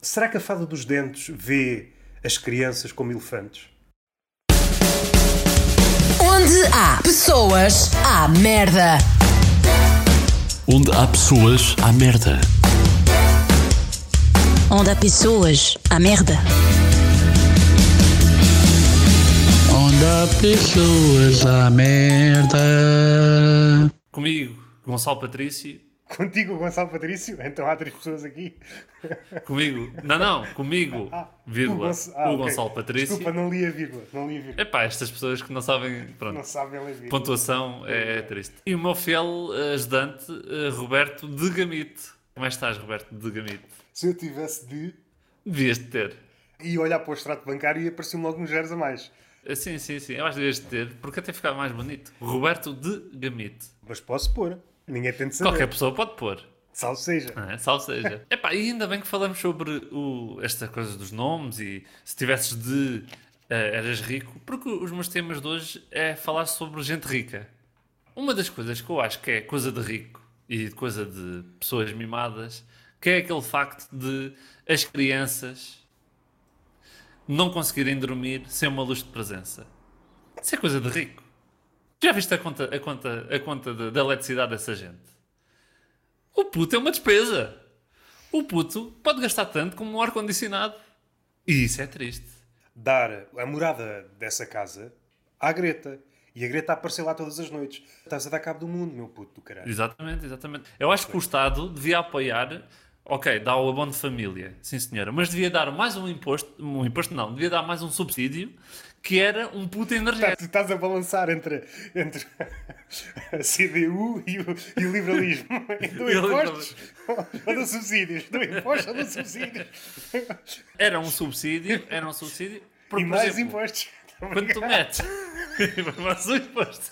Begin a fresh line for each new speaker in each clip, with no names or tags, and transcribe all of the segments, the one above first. Será que a fada dos dentes vê as crianças como elefantes?
Onde há pessoas, há merda.
Onde há pessoas, há merda.
Onde há pessoas, há merda.
Onde há pessoas, há merda.
Comigo, Gonçalo Patrício.
Contigo, Gonçalo Patrício? Então há três pessoas aqui.
Comigo. Não, não, comigo, vírgula.
Gonça- ah,
o
ok.
Gonçalo Patrício.
Desculpa, não li a vírgula. Não li a vírgula.
Epá, estas pessoas que não sabem. Pronto.
Não sabem ler vírgula.
Pontuação é triste. E o meu fiel eh, ajudante, eh, Roberto de Gamite. Como é que estás, Roberto de Gamite?
Se eu tivesse de
Devias de ter.
e olhar para o extrato bancário e apareceu-me logo uns zeros a mais.
Eh, Sim, sim, sim. Eu acho que devias de ter, porque até ficava mais bonito. Roberto de Gamite.
Mas posso pôr. Ninguém tem de saber.
Qualquer pessoa pode pôr.
Salve seja.
não é? Salve seja. Epá, e ainda bem que falamos sobre o, esta coisa dos nomes e se tivesses de eh, eras rico, porque os meus temas de hoje é falar sobre gente rica. Uma das coisas que eu acho que é coisa de rico e coisa de pessoas mimadas, que é aquele facto de as crianças não conseguirem dormir sem uma luz de presença. Isso é coisa de rico. Já viste a conta, a conta, a conta de- da eletricidade dessa gente? O puto é uma despesa. O puto pode gastar tanto como um ar-condicionado. E isso é triste.
Dar a morada dessa casa à Greta. E a Greta apareceu lá todas as noites. Estás a dar cabo do mundo, meu puto do caralho.
Exatamente, exatamente. Eu acho que o Estado devia apoiar. Ok, dá o abono de família, sim senhora, mas devia dar mais um imposto, um imposto não, devia dar mais um subsídio que era um puto
Tá,
energético.
tu estás a balançar entre, entre a CDU e o, e o liberalismo. E dou
E o
impostos ou dou subsídios? Dou impostos ou dou subsídios?
Era um subsídio, era um subsídio.
E
porque, por
mais
exemplo,
impostos.
Quando tu metes. Mas o imposto.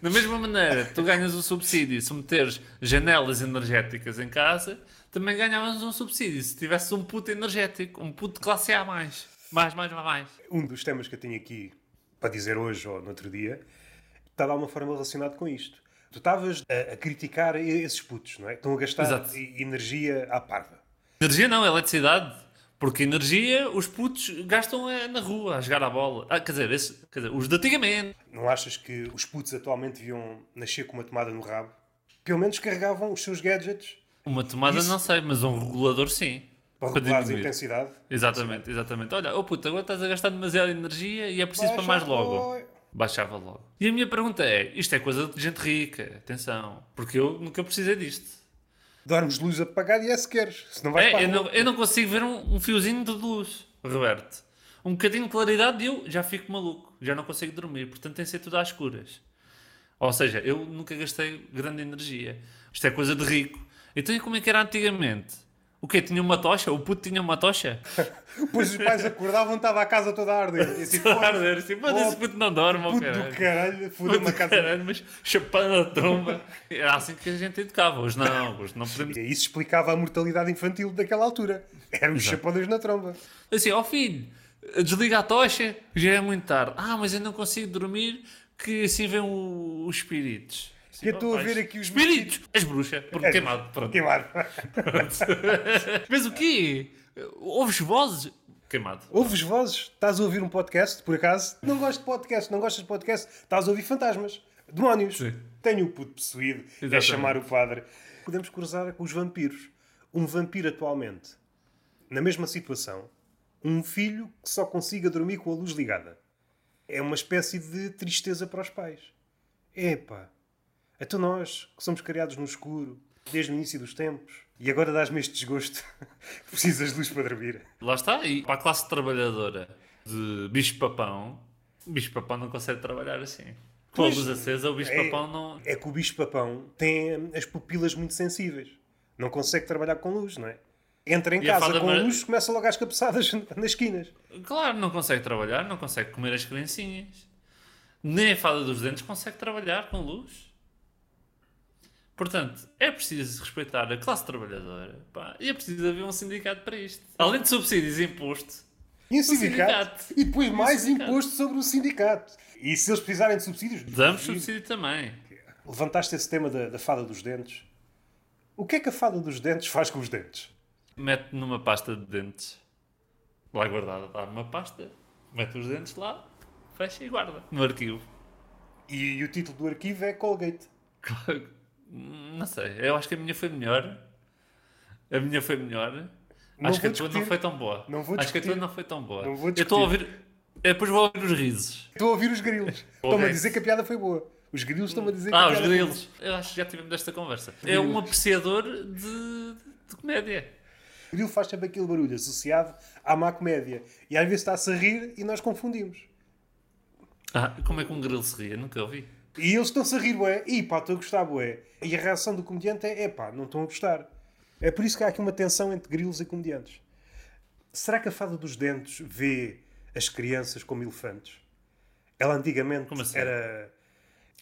da mesma maneira, tu ganhas um subsídio se meteres janelas energéticas em casa, também ganhavas um subsídio se tivesses um puto energético, um puto de classe A. Mais, mais, mais, mais. mais.
Um dos temas que eu tenho aqui para dizer hoje ou no outro dia está de alguma forma relacionado com isto. Tu estavas a, a criticar e- esses putos, não é? Estão a gastar
Exato.
e- energia à parva.
Energia não, eletricidade. Porque energia os putos gastam é, na rua, a jogar a bola. Ah, quer, dizer, esse- quer dizer, os de antigamente.
Não achas que os putos atualmente deviam nascer com uma tomada no rabo? Pelo menos carregavam os seus gadgets
Uma tomada
Isso-
não sei, mas um regulador sim.
para
Para
regular a
diminuir.
intensidade.
Exatamente, exatamente. Olha, oh puto, agora estás a gastar demasiada energia e é preciso para mais logo. Baixava logo. E a minha pergunta é: isto é coisa de gente rica, atenção, porque eu nunca precisei disto.
Dormes de luz apagada e é se queres. Se não vais para
É,
a
eu,
rua.
não, eu não consigo ver um, um fiozinho de luz, Roberto. Um bocadinho de claridade e eu já fico maluco, já não consigo dormir, portanto tem de ser tudo às escuras. Ou seja, eu nunca gastei grande energia. Isto é coisa de rico. Então e como é que era antigamente? O quê? Tinha uma tocha? O puto tinha uma tocha?
Depois os pais acordavam, estava a casa toda a arder. E assim,
Toda a arder, assim, mas esse
oh,
puto não dorme, ó
puto
caralho.
do caralho, fudeu uma
Mas,
casa.
caralho, mas chapando a tromba. Era assim que a gente educava. Hoje não, hoje não podemos.
E Isso explicava a mortalidade infantil daquela altura. Éramos chapadões na tromba.
Assim, ó filho, desliga a tocha, já é muito tarde. Ah, mas eu não consigo dormir, que assim vêm o- os espíritos. Assim,
Eu estou a
"Oh,
ver
pais,
aqui os
Espíritos! És bruxa, porque queimado. Pronto.
Queimado.
Mas o quê? Ouves vozes? Queimado.
Ouves vozes? Estás a ouvir um podcast, por acaso? Não gosto de podcast, não gostas de podcast? Estás a ouvir fantasmas, demónios.
Sim.
Tenho o puto possuído, é
Exatamente.
chamar o padre. Podemos cruzar com os vampiros. Um vampiro atualmente, na mesma situação, um filho que só consiga dormir com a luz ligada. É uma espécie de tristeza para os pais. Epá, até nós, que somos criados no escuro, desde o início dos tempos, e agora dás-me este desgosto. Precisas de luz para dormir.
Lá está, e para a classe trabalhadora de bicho-papão, o bicho-papão não consegue trabalhar assim. Com a
Pois,
luz acesa, o bicho-papão não.
é que o bicho papão tem hum, as pupilas muito sensíveis. Não consegue trabalhar com luz, não é? Entra em
E a
casa
fada
com
mar-
luz, começa logo às cabeçadas nas esquinas.
Claro, não consegue trabalhar, não consegue comer as criancinhas. Nem a fada dos dentes consegue trabalhar com luz. Portanto, é preciso respeitar a classe trabalhadora. pá, e é preciso haver um sindicato para isto. Além de subsídios e imposto.
E um
sindicato.
sindicato. E depois mais
sindicato.
imposto sobre o sindicato. E se eles precisarem de subsídios,
Damos
subsídios.
subsídio também.
Levantaste esse tema da, da fada dos dentes. O que é que a fada dos dentes faz com os dentes?
mete numa pasta de dentes. Lá guardada, dá numa pasta, mete os dentes lá, fecha e guarda no arquivo.
E, e o título do arquivo é Colgate.
Não sei, eu acho que a minha foi melhor. A minha foi melhor.
Não
acho que a
vou
tua não
discutir.
foi tão boa.
Não vou
acho que a tua
discutir.
não foi tão boa.
Não vou
eu estou a
discutir.
ouvir. eu depois vou ouvir os risos.
Estou a ouvir os grilos. Estão-me a
Colgate.
dizer que a piada foi boa. Os grilos estão-me a dizer que
Ah,
a
os
piada
grilos. Eu acho que já tivemos esta conversa. É um apreciador de, de comédia.
O grilo faz sempre aquele barulho associado à má comédia. E às vezes está-se a rir e nós confundimos.
Ah, como é que um grilo se ria? Nunca ouvi.
E eles estão-se a rir, bué. E pá, estou a gostar, bué. E a reação do comediante é, é pá, não estão a gostar. É por isso que há aqui uma tensão entre grilos e comediantes. Será que a fada dos dentes vê as crianças como elefantes? Ela antigamente
Como assim?
era,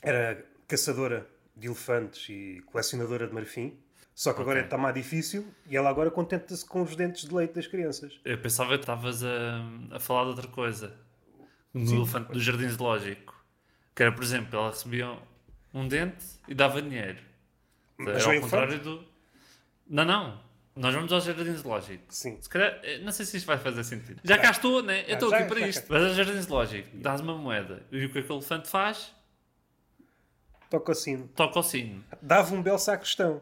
era caçadora de elefantes e colecionadora de marfim. Só que agora
Ok.
está mais difícil e ela agora contenta-se com os dentes de leite das crianças.
Eu pensava que estavas a, a falar de outra coisa. Do elefante do jardim zoológico. Que era, por exemplo, ela recebia um dente e dava dinheiro.
Mas é um
era
o
ao contrário do. Não, não. Nós vamos ao jardim zoológico.
Sim.
Se calhar, eh, não sei se isto vai fazer sentido. Já cá estou, né? Eu estou
Ah. já,
aqui para
já
isto. Mas ao jardim zoológico, dás uma moeda. E o que é que o elefante faz?
Toca assim.
Toca o sino.
Dava um belo sacristão.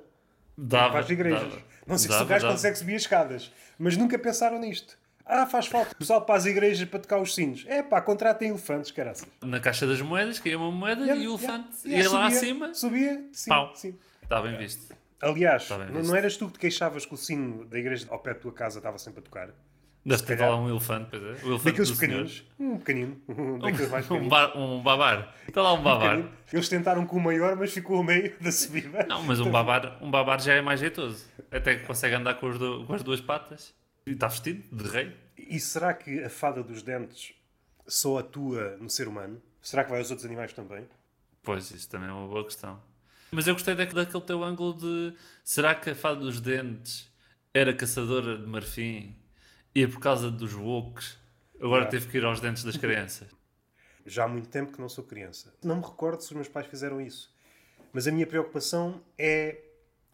Dava.
para as igrejas.
dava.
Não sei se
Dava,
o gajo
dava.
consegue subir as escadas, mas nunca pensaram nisto. Ah, faz falta o pessoal para as igrejas para tocar os sinos. É pá, contratem elefantes, caraças.
Na caixa das moedas, caía uma moeda e o elefante
Yeah,
ia
subia, É.
lá acima.
Subia, sim,
Pau.
sim.
Está bem visto.
Aliás,
bem
não,
visto.
não eras tu que te queixavas que o sino da igreja ao pé da tua casa estava sempre a tocar?
Deve ter
calhar.
lá um elefante, pois é. O elefante
Daqueles
do senhor.
pequeninos. Um pequenino. Daqueles mais
Um,
pequeninos.
bar- um babar. Está lá um babar.
pequenino. Eles tentaram com o maior, mas ficou a meio da subida.
Não, mas um babar, um babar já é mais jeitoso. Até que consegue andar com, os do- com as duas patas. E está vestido de rei.
E será que a fada dos dentes só atua no ser humano? Será que vai aos outros animais também?
Pois, isso também é uma boa questão. Mas eu gostei da- daquele teu ângulo de será que a fada dos dentes era caçadora de marfim e é por causa dos woks agora teve que ir aos dentes das crianças?
Já há muito tempo que não sou criança. Não me recordo se os meus pais fizeram isso. Mas a minha preocupação é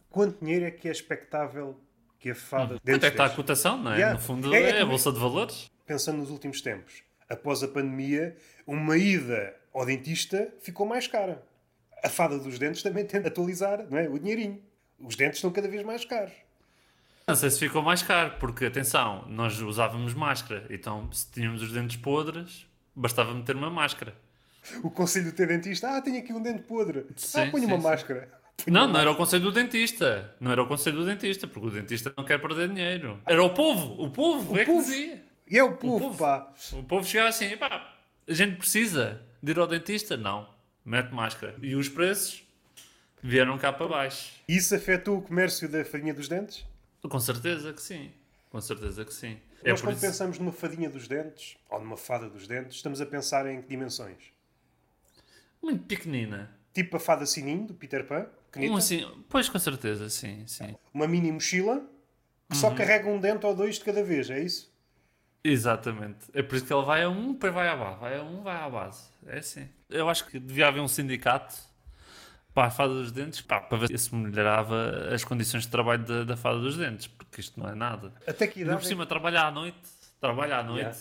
quanto dinheiro é que é expectável que a fada dentes
Até está a
deixe.
cotação, não é?
Yeah.
No fundo,
É-
é,
é
a
como-
bolsa de valores.
Pensando nos últimos tempos, após a pandemia, uma ida ao dentista ficou mais cara. A fada dos dentes também tem de atualizar não é? o dinheirinho. Os dentes estão cada vez mais caros.
Não sei se ficou mais caro, porque atenção, nós usávamos máscara, então se tínhamos os dentes podres, bastava meter uma máscara.
O conselho do teu dentista, ah, tenho aqui um dente podre. ah,
Sim,
ponho
sim,
uma
sim.
máscara.
Não, não era o conselho do dentista. Não era o conselho do dentista, porque o dentista não quer perder dinheiro. Era o povo, o povo, é que
povo.
dizia.
E é o povo,
povo.
pá.
O povo chegava assim, pá, a gente precisa de ir ao dentista? Não, mete máscara. E os preços vieram cá para baixo.
Isso afetou o comércio da farinha dos dentes?
Com certeza que sim, com certeza que sim. É
Nós,
por
quando
isso,
pensamos numa fadinha dos dentes, ou numa fada dos dentes, estamos a pensar em que dimensões?
muito pequenina.
Tipo a fada sininho, do Peter Pan, pequenita,
Um assim, pois com certeza, sim, sim.
uma mini mochila, que
Uhum.
só carrega um dente ou dois de cada vez, é isso?
Exatamente. É por isso que ele vai a um, depois vai à base. Vai a um, vai à base. É assim. Eu acho que devia haver um sindicato para a fada dos dentes pá, para ver se melhorava as condições de trabalho da, da fada dos dentes, porque isto não é nada.
Até que
Ainda por
idade...
cima, trabalhar à noite. Trabalhar à noite.
Yeah.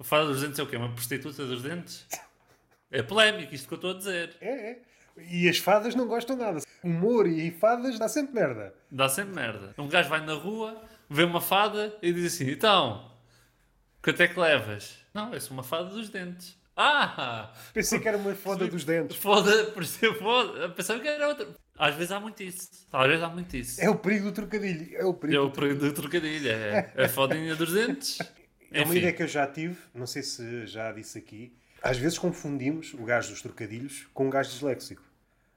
A fada dos dentes é o quê? Uma prostituta dos dentes? É polémico isto que eu estou a dizer.
É, é. E as fadas não gostam nada. Humor e fadas dá sempre merda.
Dá sempre merda. Um gajo vai na rua, vê uma fada e diz assim: Então, quanto é que levas? Não, é só uma fada dos dentes. Ah!
Pensei que era uma foda dos dentes.
Foda, por ser foda. Pensava que era outra. Às vezes há muito isso. Às vezes há muito isso.
É o perigo do trocadilho. É o perigo.
É o perigo do trocadilho. É é a fodinha dos dentes.
É uma
Enfim.
ideia que eu já tive, não sei se já disse aqui. Às vezes confundimos o gajo dos trocadilhos com um gajo disléxico.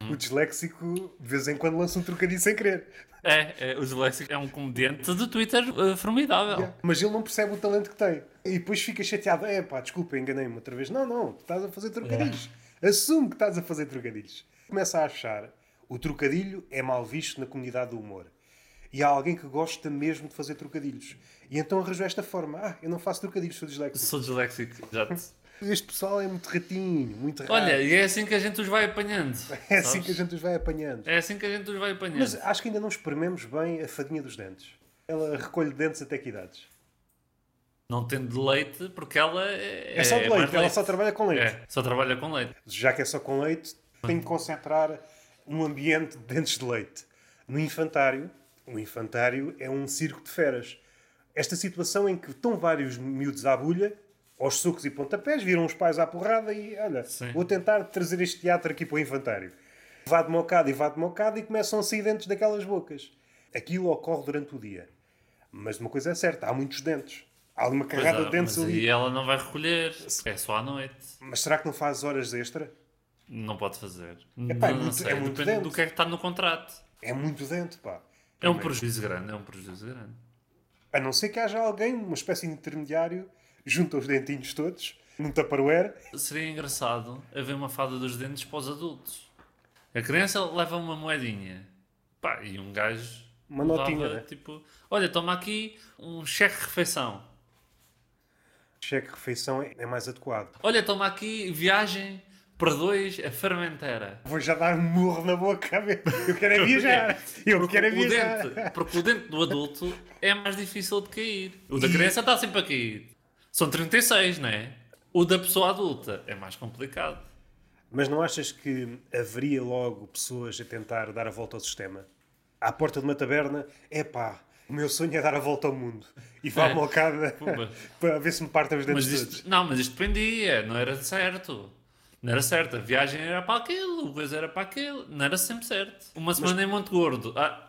Hum.
O disléxico, de vez em quando, lança um trocadilho sem querer.
É, é, o Zelexic é um comediante do Twitter eh, formidável.
Yeah. Mas ele não percebe o talento que tem. E depois fica chateado. É pá, desculpa, enganei-me outra vez. Não, não, tu estás a fazer trocadilhos.
É.
Assume que estás a fazer trocadilhos. Começa a achar o trocadilho é mal visto na comunidade do humor. E há alguém que gosta mesmo de fazer trocadilhos. E então arranjou esta forma. Ah, eu não faço trocadilhos, sou disléxico.
Sou disléxico, exato.
Este pessoal é muito ratinho, muito raro.
Olha, e é assim que a gente os vai apanhando.
Ah. É assim
sabes?
que a gente os vai apanhando.
É assim que a gente os vai apanhando.
Mas acho que ainda não esprememos bem a fadinha dos dentes. Ela recolhe dentes até que idades?
Não tendo de leite, porque ela é.
É, só de
é mais
leite, ela só trabalha com leite.
É, só trabalha com leite.
Já que é só com leite, tem
Uhum.
que concentrar um ambiente de dentes de leite. No infantário, o infantário é um circo de feras. Esta situação em que estão vários miúdos à bulha, aos sucos e pontapés, viram os pais à porrada e, olha,
Sim.
vou tentar trazer este teatro aqui para o infantário. Vá de mocada e vá de mocada e começam a sair dentes daquelas bocas. Aquilo ocorre durante o dia. Mas uma coisa é certa, há muitos dentes. Há uma
Pois
carrada
há,
de dentes
mas é-
ali.
E ela não vai recolher. É só à noite.
Mas será que não faz horas extra?
Não pode fazer.
Epá, é
não, não
muito-
sei.
é muito
Depende do
dente.
que é que está no contrato.
É muito dente, pá.
É um
Primeiro.
prejuízo grande, é um prejuízo grande.
A não ser que haja alguém, uma espécie de intermediário, junta os dentinhos todos, num tupperware.
Seria engraçado haver uma fada dos dentes para os adultos. A criança leva uma moedinha. Pá, e um gajo
Uma
levava,
notinha, né?
tipo, olha, toma aqui um cheque de refeição.
Cheque de refeição é é mais adequado.
Olha, toma aqui viagem para dois a fermentera.
Vou já dar um murro na boca. Eu quero é viajar. Eu quero é
o
viajar.
dente, porque o dente do adulto é mais difícil de cair. O da criança está sempre a cair. São 36, não é? O da pessoa adulta é mais complicado.
Mas não achas que haveria logo pessoas a tentar dar a volta ao sistema? À porta de uma taberna, é pá, o meu sonho é dar a volta ao mundo. E vá
É.
à mocada
Pumba.
para ver se me partem os dentes
Mas
todos.
isto, não, mas isto dependia, não era certo. Não era certo, a viagem era para aquilo, o coisa era para aquilo, não era sempre certo. Uma semana em Monte Gordo, ah,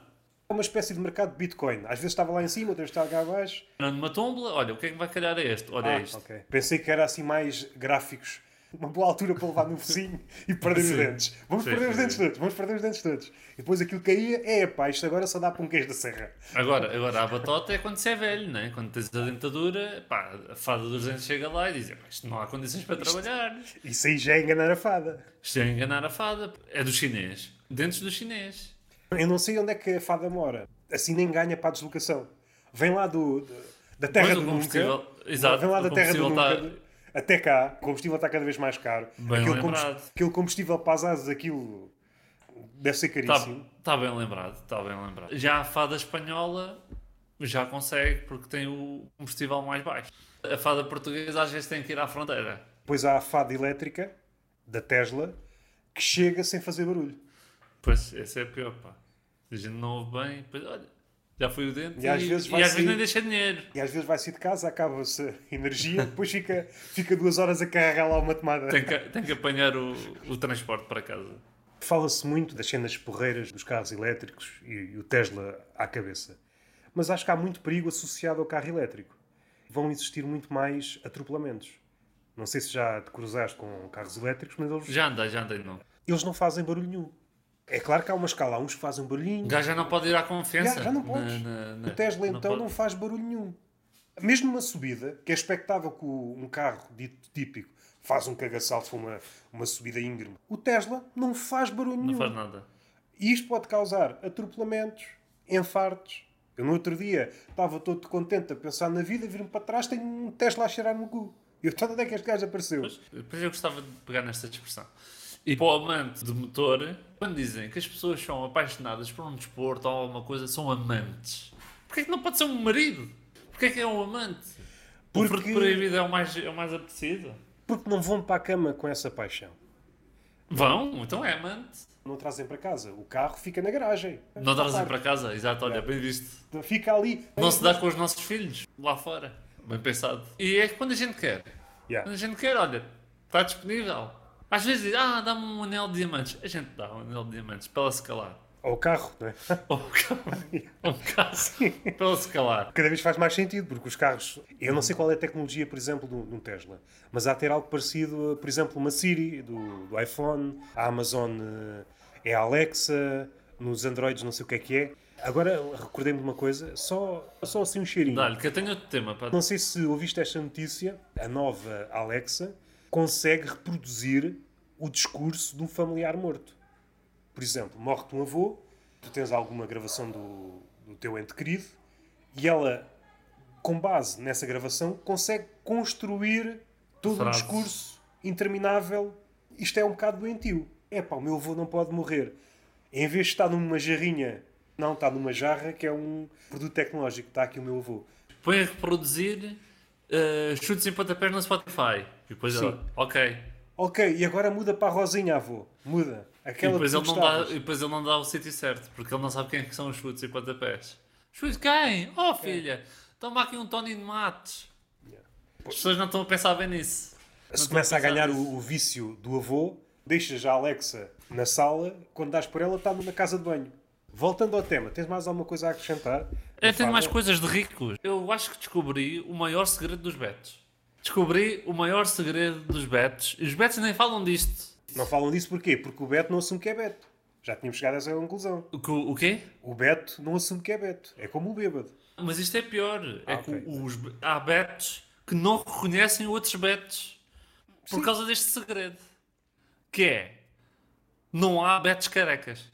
É uma espécie de mercado de Bitcoin. Às vezes estava lá em cima, outras estava cá abaixo.
numa tombola, olha, o que é que vai calhar a este? Olha é
Ah,
isto.
ok. Pensei que era assim mais gráficos. Uma boa altura para levar no focinho e perder os
Sim.
dentes. Vamos
Sim,
perder os
sim,
dentes
sim.
todos, vamos perder os dentes todos. E depois aquilo caía, é pá, isto agora só dá para um queijo da serra.
Agora, agora, a batota é quando se é velho, né? quando tens a dentadura, pá, a fada dos dentes chega lá e diz: "Epá, isto não há condições para trabalhar.
Isso aí já é enganar a fada.
Isto é enganar a fada. É do chinês. Dentes do chinês.
Eu não sei onde é que a fada mora. Assim nem ganha para a deslocação. Vem lá do, do- da terra
Pois, o
do nunca.
combustível- exato,
Vem lá
o
da terra do nunca.
combustível tá-
Até cá, o combustível está cada vez mais caro.
Bem
aquele, combus-
lembrado.
aquele combustível para as asas, aquilo deve ser
Está
caríssimo.
Tá, bem lembrado, está bem lembrado. Já a fada espanhola já consegue porque tem o combustível mais baixo. A fada portuguesa às vezes tem que ir à fronteira.
Depois há a fada elétrica da Tesla que chega sem fazer barulho.
Pois, essa é a pior, pá. A gente não ouve bem, pois olha, já foi o dente
E às vezes
e
vai
às vezes
sair-
nem deixa dinheiro.
E às vezes vai sair de casa, acaba-se a energia, depois fica, fica duas horas a carregar lá uma tomada.
Tem que, tem que apanhar o, o transporte para casa.
Fala-se muito das cenas porreiras dos carros elétricos e, e o Tesla à cabeça. Mas acho que há muito perigo associado ao carro elétrico. Vão existir muito mais atropelamentos. Não sei se já te cruzaste com carros elétricos, mas eles,
Já andei, já andei, não.
eles não fazem barulho nenhum. É claro que há uma escala, há uns que fazem um barulhinho,
O gajo já não pode ir à
Já,
confiança.
já não
Na-
podes.
na- na-
o Tesla
não
então
pode.
não faz barulho nenhum. Mesmo uma subida, que é expectável que o- um carro dito típico faz um cagaçal se for uma, uma subida íngreme, o Tesla não faz barulho
Não
nenhum.
faz nada.
E isto pode causar atropelamentos, infartos. Eu no outro dia estava todo contente a pensar na vida, vir-me para trás, tenho um Tesla a cheirar no cu. E eu, "Tá, onde é que este gajo apareceu?
Pois, Depois eu gostava de pegar nesta expressão. E para o amante de motor, quando dizem que as pessoas são apaixonadas por um desporto ou alguma coisa, são amantes. Porquê é que não pode ser um marido? Porquê é que é um amante? Porque... O
Porque-
fruto proibido é o mais, é o mais apetecido?
Porque não vão para a cama com essa paixão.
Vão, então é amante.
Não trazem para casa. O carro fica na garagem.
Não trazem
Claro.
para casa, exato, olha, bem visto.
Fica ali.
Não se dá com os nossos filhos, lá fora. Bem pensado. E é quando a gente quer.
Yeah.
Quando a gente quer, olha, está disponível. Às vezes diz, ah, dá-me um anel de diamantes. A gente dá um anel de diamantes para ela se calar.
Ou o carro, não é?
Ou um carro, ou um carro para ela se calar.
Cada vez faz mais sentido, porque os carros. Eu não sei qual é a tecnologia, por exemplo, de um- de um Tesla, mas há de ter algo parecido, a, por exemplo, uma Siri do, do iPhone, a Amazon eh, é a Alexa, nos Androids não sei o que é que é. Agora recordei-me de uma coisa, só, só assim um cheirinho.
Dá-lhe, que eu tenho outro tema para.
Não sei se ouviste esta notícia, a nova Alexa consegue reproduzir o discurso de um familiar morto. Por exemplo, morre-te um avô, tu tens alguma gravação do, do teu ente querido e ela, com base nessa gravação, consegue construir todo
Frases.
um discurso interminável. Isto é um bocado doentio. É pá, o meu avô não pode morrer. Em vez de estar numa jarrinha Não, está numa jarra que é um produto tecnológico. Está aqui o meu avô.
Põe a reproduzir eh, chutes em pontapés no Spotify. E depois
Sim.
ele, ok.
Ok, e agora muda para a Rosinha, avô. Muda.
E
Aquela
depois,
É que
ele
tu
não dá,
gostavas.
e depois ele não dá o sítio certo, porque ele não sabe quem é que são os chutes em pontapés. Chutes quem?
É.
Oh filha, toma aqui um Tony de Matos. As pessoas não estão a pensar bem nisso.
Se
Não
começa a
estou
ganhar
pensar
o, o vício do avô, deixas a Alexa na sala, quando dás por ela, está na casa de banho. Voltando ao tema, tens mais alguma coisa a acrescentar?
Eu tenho mais
Fábio?
coisas de ricos. Eu acho que descobri o maior segredo dos betos. Descobri o maior segredo dos betos. E os betos nem falam disto.
Não falam disso porquê? Porque o Beto não assume que é Beto. Já tínhamos chegado a essa conclusão.
O, que- o quê?
O Beto não assume que é Beto. É como o bêbado.
Mas isto é pior. é
Ah,
que
ok.
os, há betos que não reconhecem outros betos por causa deste segredo. Que é, não há betos carecas.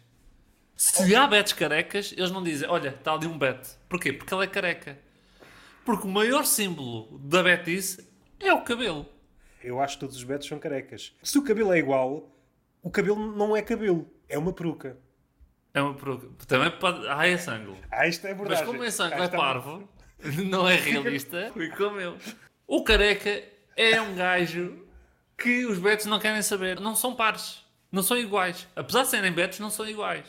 Se há betos carecas, eles não dizem, olha, está ali um beto. Porquê? Porque ele é careca. Porque o maior símbolo da betice é o cabelo.
Eu acho que todos os Betos são carecas. Se o cabelo é igual, o cabelo não é cabelo. É uma peruca.
É uma peruca. Também pode... há esse ângulo.
Ah, isto é
Mas
verdade.
como esse ângulo é parvo, não é realista, fui como eu. O careca é um gajo que os betos não querem saber. Não são pares. Não são iguais. Apesar de serem betos, não são iguais.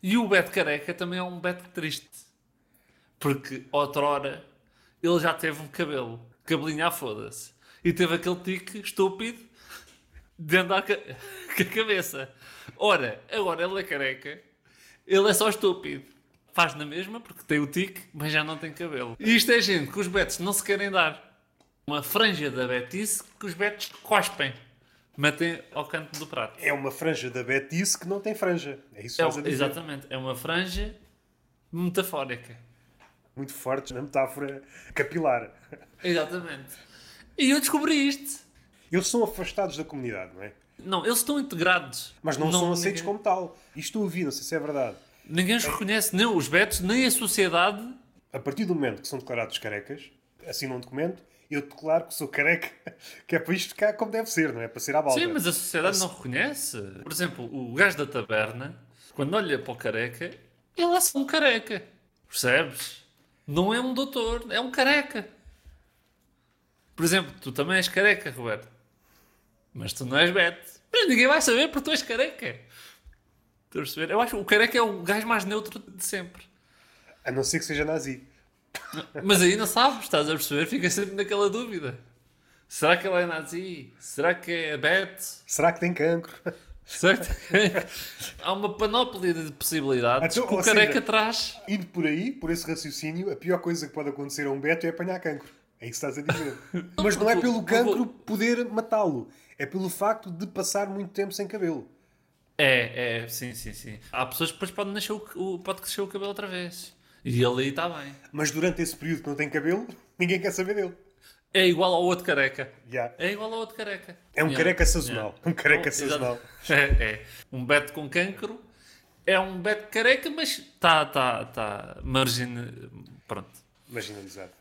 E o beto careca também é um beto triste. Porque, outrora, ele já teve um cabelo. Cabelinho à foda-se. E teve aquele tique estúpido de andar ca- com a cabeça. Ora, agora ele é careca, ele é só estúpido. Faz na mesma porque tem o tique, mas já não tem cabelo. E isto é gente que os betos não se querem dar. Uma franja da betice que os betos cospem, metem ao canto do prato.
É uma franja da Betice que não tem franja. É isso que
É
estás a
o-
dizer.
exatamente, é uma franja metafórica.
Muito fortes na metáfora capilar.
Exatamente. E eu descobri isto.
Eles são afastados da comunidade, não é?
Não, eles estão integrados.
Mas não, são aceitos
ninguém-
como tal. Isto eu ouvi, não sei se é verdade.
Ninguém os reconhece, nem os betos, nem a sociedade
A partir do momento que são declarados carecas, assinam um documento, eu declaro que sou careca, que é para isto ficar como deve ser, não é? Para ser à balda.
Sim, mas a sociedade não reconhece. Por exemplo, o gajo da taberna, quando olha para o careca, ele é só um careca. Percebes? Não é um doutor, é um careca. Por exemplo, tu também és careca, Roberto. Mas tu não és Beto. Mas ninguém vai saber porque tu és careca. Estás a perceber? Eu acho que o careca é o gajo mais neutro de sempre.
A não ser que seja nazi.
Mas ainda sabes, estás a perceber? Fica sempre naquela dúvida. Será que ele é nazi? Será que é Beto?
Será que tem cancro?
Certo? Há uma panóplia de possibilidades
Então,
que o
ou
careca
seja-
traz.
Indo por aí, por esse raciocínio, a pior coisa que pode acontecer a um Beto é apanhar cancro. É isso que estás a dizer. mas não é
porque
pelo
o-
cancro
o-
poder matá-lo. É pelo facto de passar muito tempo sem cabelo.
É, é, sim, sim, sim. Há pessoas que depois podem nascer o, o- pode crescer o cabelo outra vez. E ele aí está bem.
Mas durante esse período que não tem cabelo, ninguém quer saber dele.
É igual ao outro careca.
Já.
É igual ao outro careca.
É um
Yeah,
careca
yeah.
sazonal. Um careca
Exato.
sazonal.
É, é. Um beto com cancro. É um beto careca, mas está, está, está. Margin. Pronto.
Marginalizado.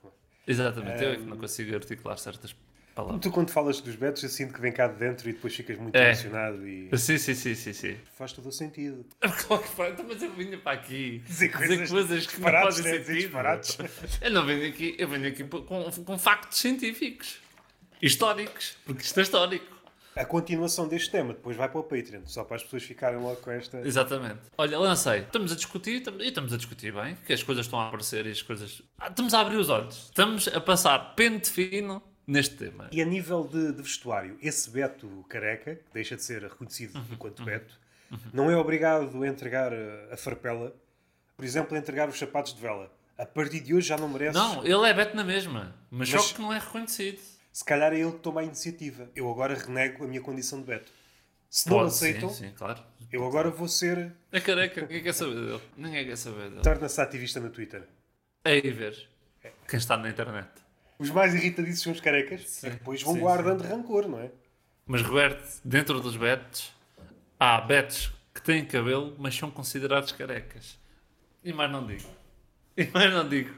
Exatamente. Eu é que
Hum.
não consigo articular certas palavras.
Tu, quando falas dos Betos, eu sinto que vem cá de dentro e depois ficas muito
É.
emocionado e
Sim, sim, sim, sim, sim.
faz todo o sentido.
Claro que faz, então, mas eu vim para aqui
Dizer coisas
que não
disparates,
fazem
né? Dizer
sentido.
disparates.
Eu não venho aqui, eu venho aqui com, com factos científicos, históricos, porque isto é histórico.
A continuação deste tema depois vai para o Patreon, só para as pessoas ficarem logo com esta.
Exatamente. Olha, lancei. Estamos a discutir estamos- e estamos a discutir bem, que as coisas estão a aparecer e as coisas. Ah, estamos a abrir os olhos. Estamos a passar pente fino neste tema.
E a nível de, de vestuário, esse Beto careca, que deixa de ser reconhecido
Uhum,
enquanto Beto, não é obrigado a entregar eh, a, a farpela, por exemplo, a entregar os sapatos de vela. A partir de hoje já não merece.
Não, ele é beto na mesma, mas,
Mas-
só que não é reconhecido.
Se calhar é ele que toma a iniciativa. Eu agora renego a minha condição de Beto. Se não
Pode,
aceitam,
Sim, sim, claro.
eu agora vou ser.
É careca, ninguém quer saber dele. Ninguém quer saber dele.
Torna-se ativista no Twitter.
É aí ver quem está na internet.
Os mais irritadiços são os carecas, e depois vão
sim,
guardando rancor, não é?
Mas Roberto, dentro dos betos, há betos que têm cabelo, mas são considerados carecas. E mais não digo. E mais não digo.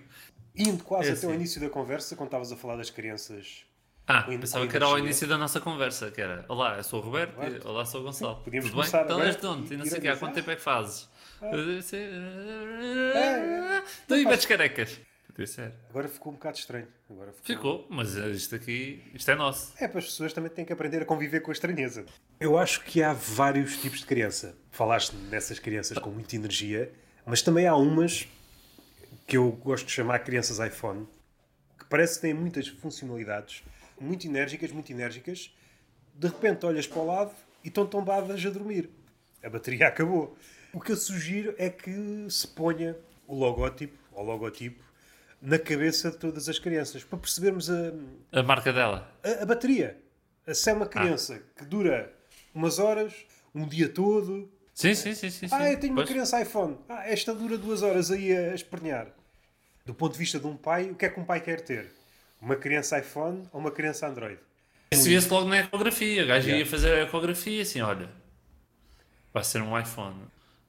Indo quase
É
até o
assim.
início da conversa, quando estavas a falar das crianças
Ah,
O in-
pensava
a
que era ao
energia.
início da nossa conversa, que era Olá, eu sou o Roberto, e olá, sou o Gonçalo.
Podíamos
Tudo bem?
começar
Então
agora
és de onde?
e Ah.
E não
ir
sei o quê, há
avisar.
quanto tempo é que fazes?
é.
Tu e Betes Carecas. Podia ser.
Agora ficou um bocado estranho. Agora ficou-
Ficou, mas isto aqui, isto é nosso.
É, para as pessoas também têm que aprender a conviver com a estranheza. Eu acho que há vários tipos de criança. Falaste dessas crianças com muita energia, mas também há umas que eu gosto de chamar crianças iPhone, que parece que têm muitas funcionalidades, muito enérgicas, muito enérgicas. De repente olhas para o lado e estão tombadas a dormir. A bateria acabou. O que eu sugiro é que se ponha o logótipo, ou logotipo, na cabeça de todas as crianças, para percebermos a,
A marca dela.
a, a bateria. Se
Ah.
é uma criança que dura umas horas, um dia todo.
Sim, sim, sim, sim.
Ah,
sim.
eu tenho uma
Pois.
criança iPhone. Ah, esta dura duas horas aí a a espernear. Do ponto de vista de um pai, o que é que um pai quer ter? Uma criança iPhone ou uma criança Android?
Isso via-se logo na ecografia. O gajo ia fazer a ecografia assim, olha, vai ser um iPhone.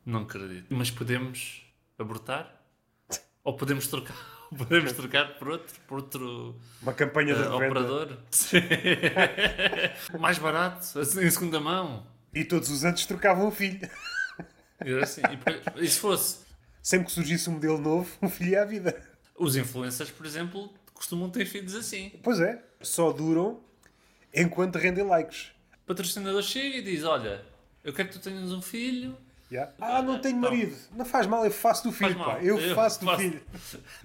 Não acredito. Mas podemos abortar? Ou podemos trocar? Podemos trocar por outro, por outro
Uma campanha de
eh,
revenda.
operador? Sim. Mais barato, assim, em segunda mão.
E todos os anos trocavam o filho.
E era assim. E depois- E se fosse?
Sempre que surgisse um modelo novo, um filho ia à vida.
Os influencers, por exemplo, costumam ter filhos assim.
Pois é, só duram enquanto rendem likes.
O patrocinador chega e diz, olha, eu quero que tu tenhas um filho,
Já. Ah, não tenho marido. Não faz mal, eu faço do filho,
Então. Faz mal.
pá. Eu, faço do filho.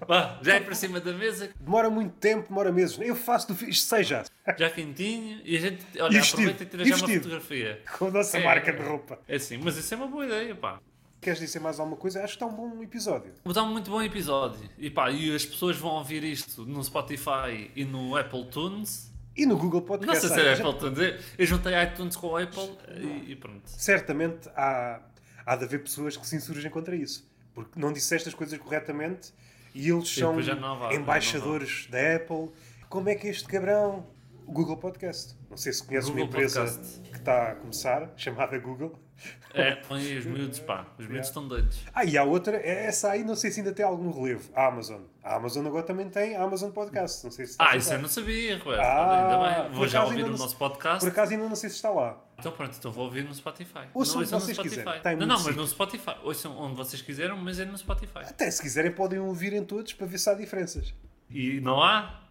Vá, já é para cima da mesa,
Demora muito tempo, demora meses. Eu faço do filho. Isto sei já.
já quentinho, e a gente,
E
olha,
vestido?
aproveita e tira
E
já uma
vestido?
fotografia.
Com a nossa
É.
marca de roupa.
É assim, mas isso é uma boa ideia, pá.
Queres dizer mais alguma coisa? Acho que está um bom episódio.
Vou dar um muito bom episódio. E pá, e as pessoas vão ouvir isto no Spotify e no Apple Tunes.
E no Google
Não
Podcast.
sei se
há-
é
já-
Apple Tunes, eu- eu juntei iTunes com o Apple e, e pronto.
Certamente há, há de haver pessoas que se insurgem contra isso. Porque não disseste as coisas corretamente e eles são
depois já não vá,
embaixadores da Apple. Como é que é este cabrão? O Google Podcast. Não sei se conheces uma
Google
empresa
Podcast.
que está a começar, chamada Google.
É, põe aí os miúdos, pá, os miúdos estão doidos.
Ah, e há outra, é essa aí, não sei se ainda tem algum relevo. A Amazon. A Amazon agora também tem a Amazon Podcast. Não sei se está
Ah, isso eu não sabia, Roberto.
Ah,
Ainda bem, vou
por
já
acaso
ouvir
ainda
o
não-
nosso podcast.
Por acaso ainda não sei se está lá.
Então pronto, então vou ouvir no Spotify.
Ouçam
não,
onde
ouçam no
vocês
Spotify.
quiserem, tem
não,
muito
não, mas
sítio.
no Spotify. Ouçam onde vocês quiseram, mas é no Spotify.
Até se quiserem podem ouvirem todos para ver se há diferenças.
E não há?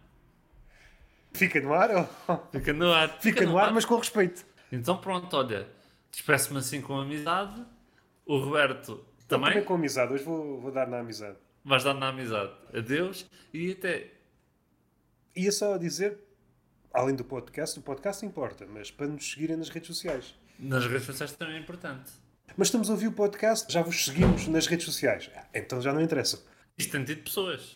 Fica no ar? ou-
Fica no ar.
Fica no ar, mas com respeito.
Então pronto, olha, despeço-me assim com amizade. O Roberto também,
Também com amizade. Hoje vou, vou dar na amizade.
vais dar na amizade. Adeus e até.
Ia só dizer, além do podcast, o podcast importa, mas para nos seguirem nas redes sociais.
Nas redes sociais também é importante.
Mas estamos a ouvir o podcast, já vos seguimos nas redes sociais. Ah, Então já não interessa.
Isto tem tido pessoas.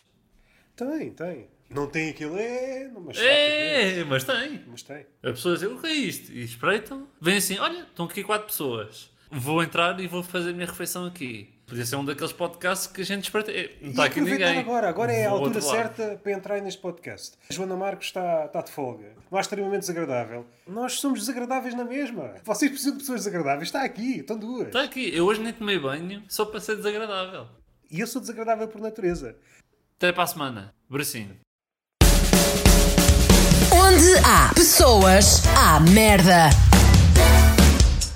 Tem, tem. Não tem aquilo, é, não, mas,
É, mas tem.
mas tem.
As pessoas dizem, o que é isto? E espreitam. Vêm assim, olha, estão aqui quatro pessoas. Vou entrar e vou fazer a minha refeição aqui. Podia ser um daqueles podcasts que a gente espreita. Eh, Não está
e
aqui
aproveitar
ninguém.
agora, agora é a
Vou ao
altura
outro lado.
certa para entrar neste podcast. A Joana Marcos está, está de folga. Não é extremamente desagradável. Nós somos desagradáveis na mesma. Vocês precisam de pessoas desagradáveis. Está aqui, estão duas.
Está Tá aqui. Eu hoje nem tomei banho, só para ser desagradável.
E eu sou desagradável por natureza.
Até para a semana. Bracinho.
Onde há pessoas, há merda.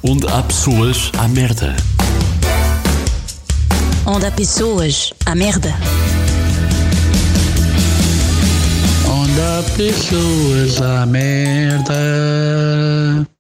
Onde há pessoas, há merda.
Onde há pessoas, há merda.
Onde há pessoas, há merda.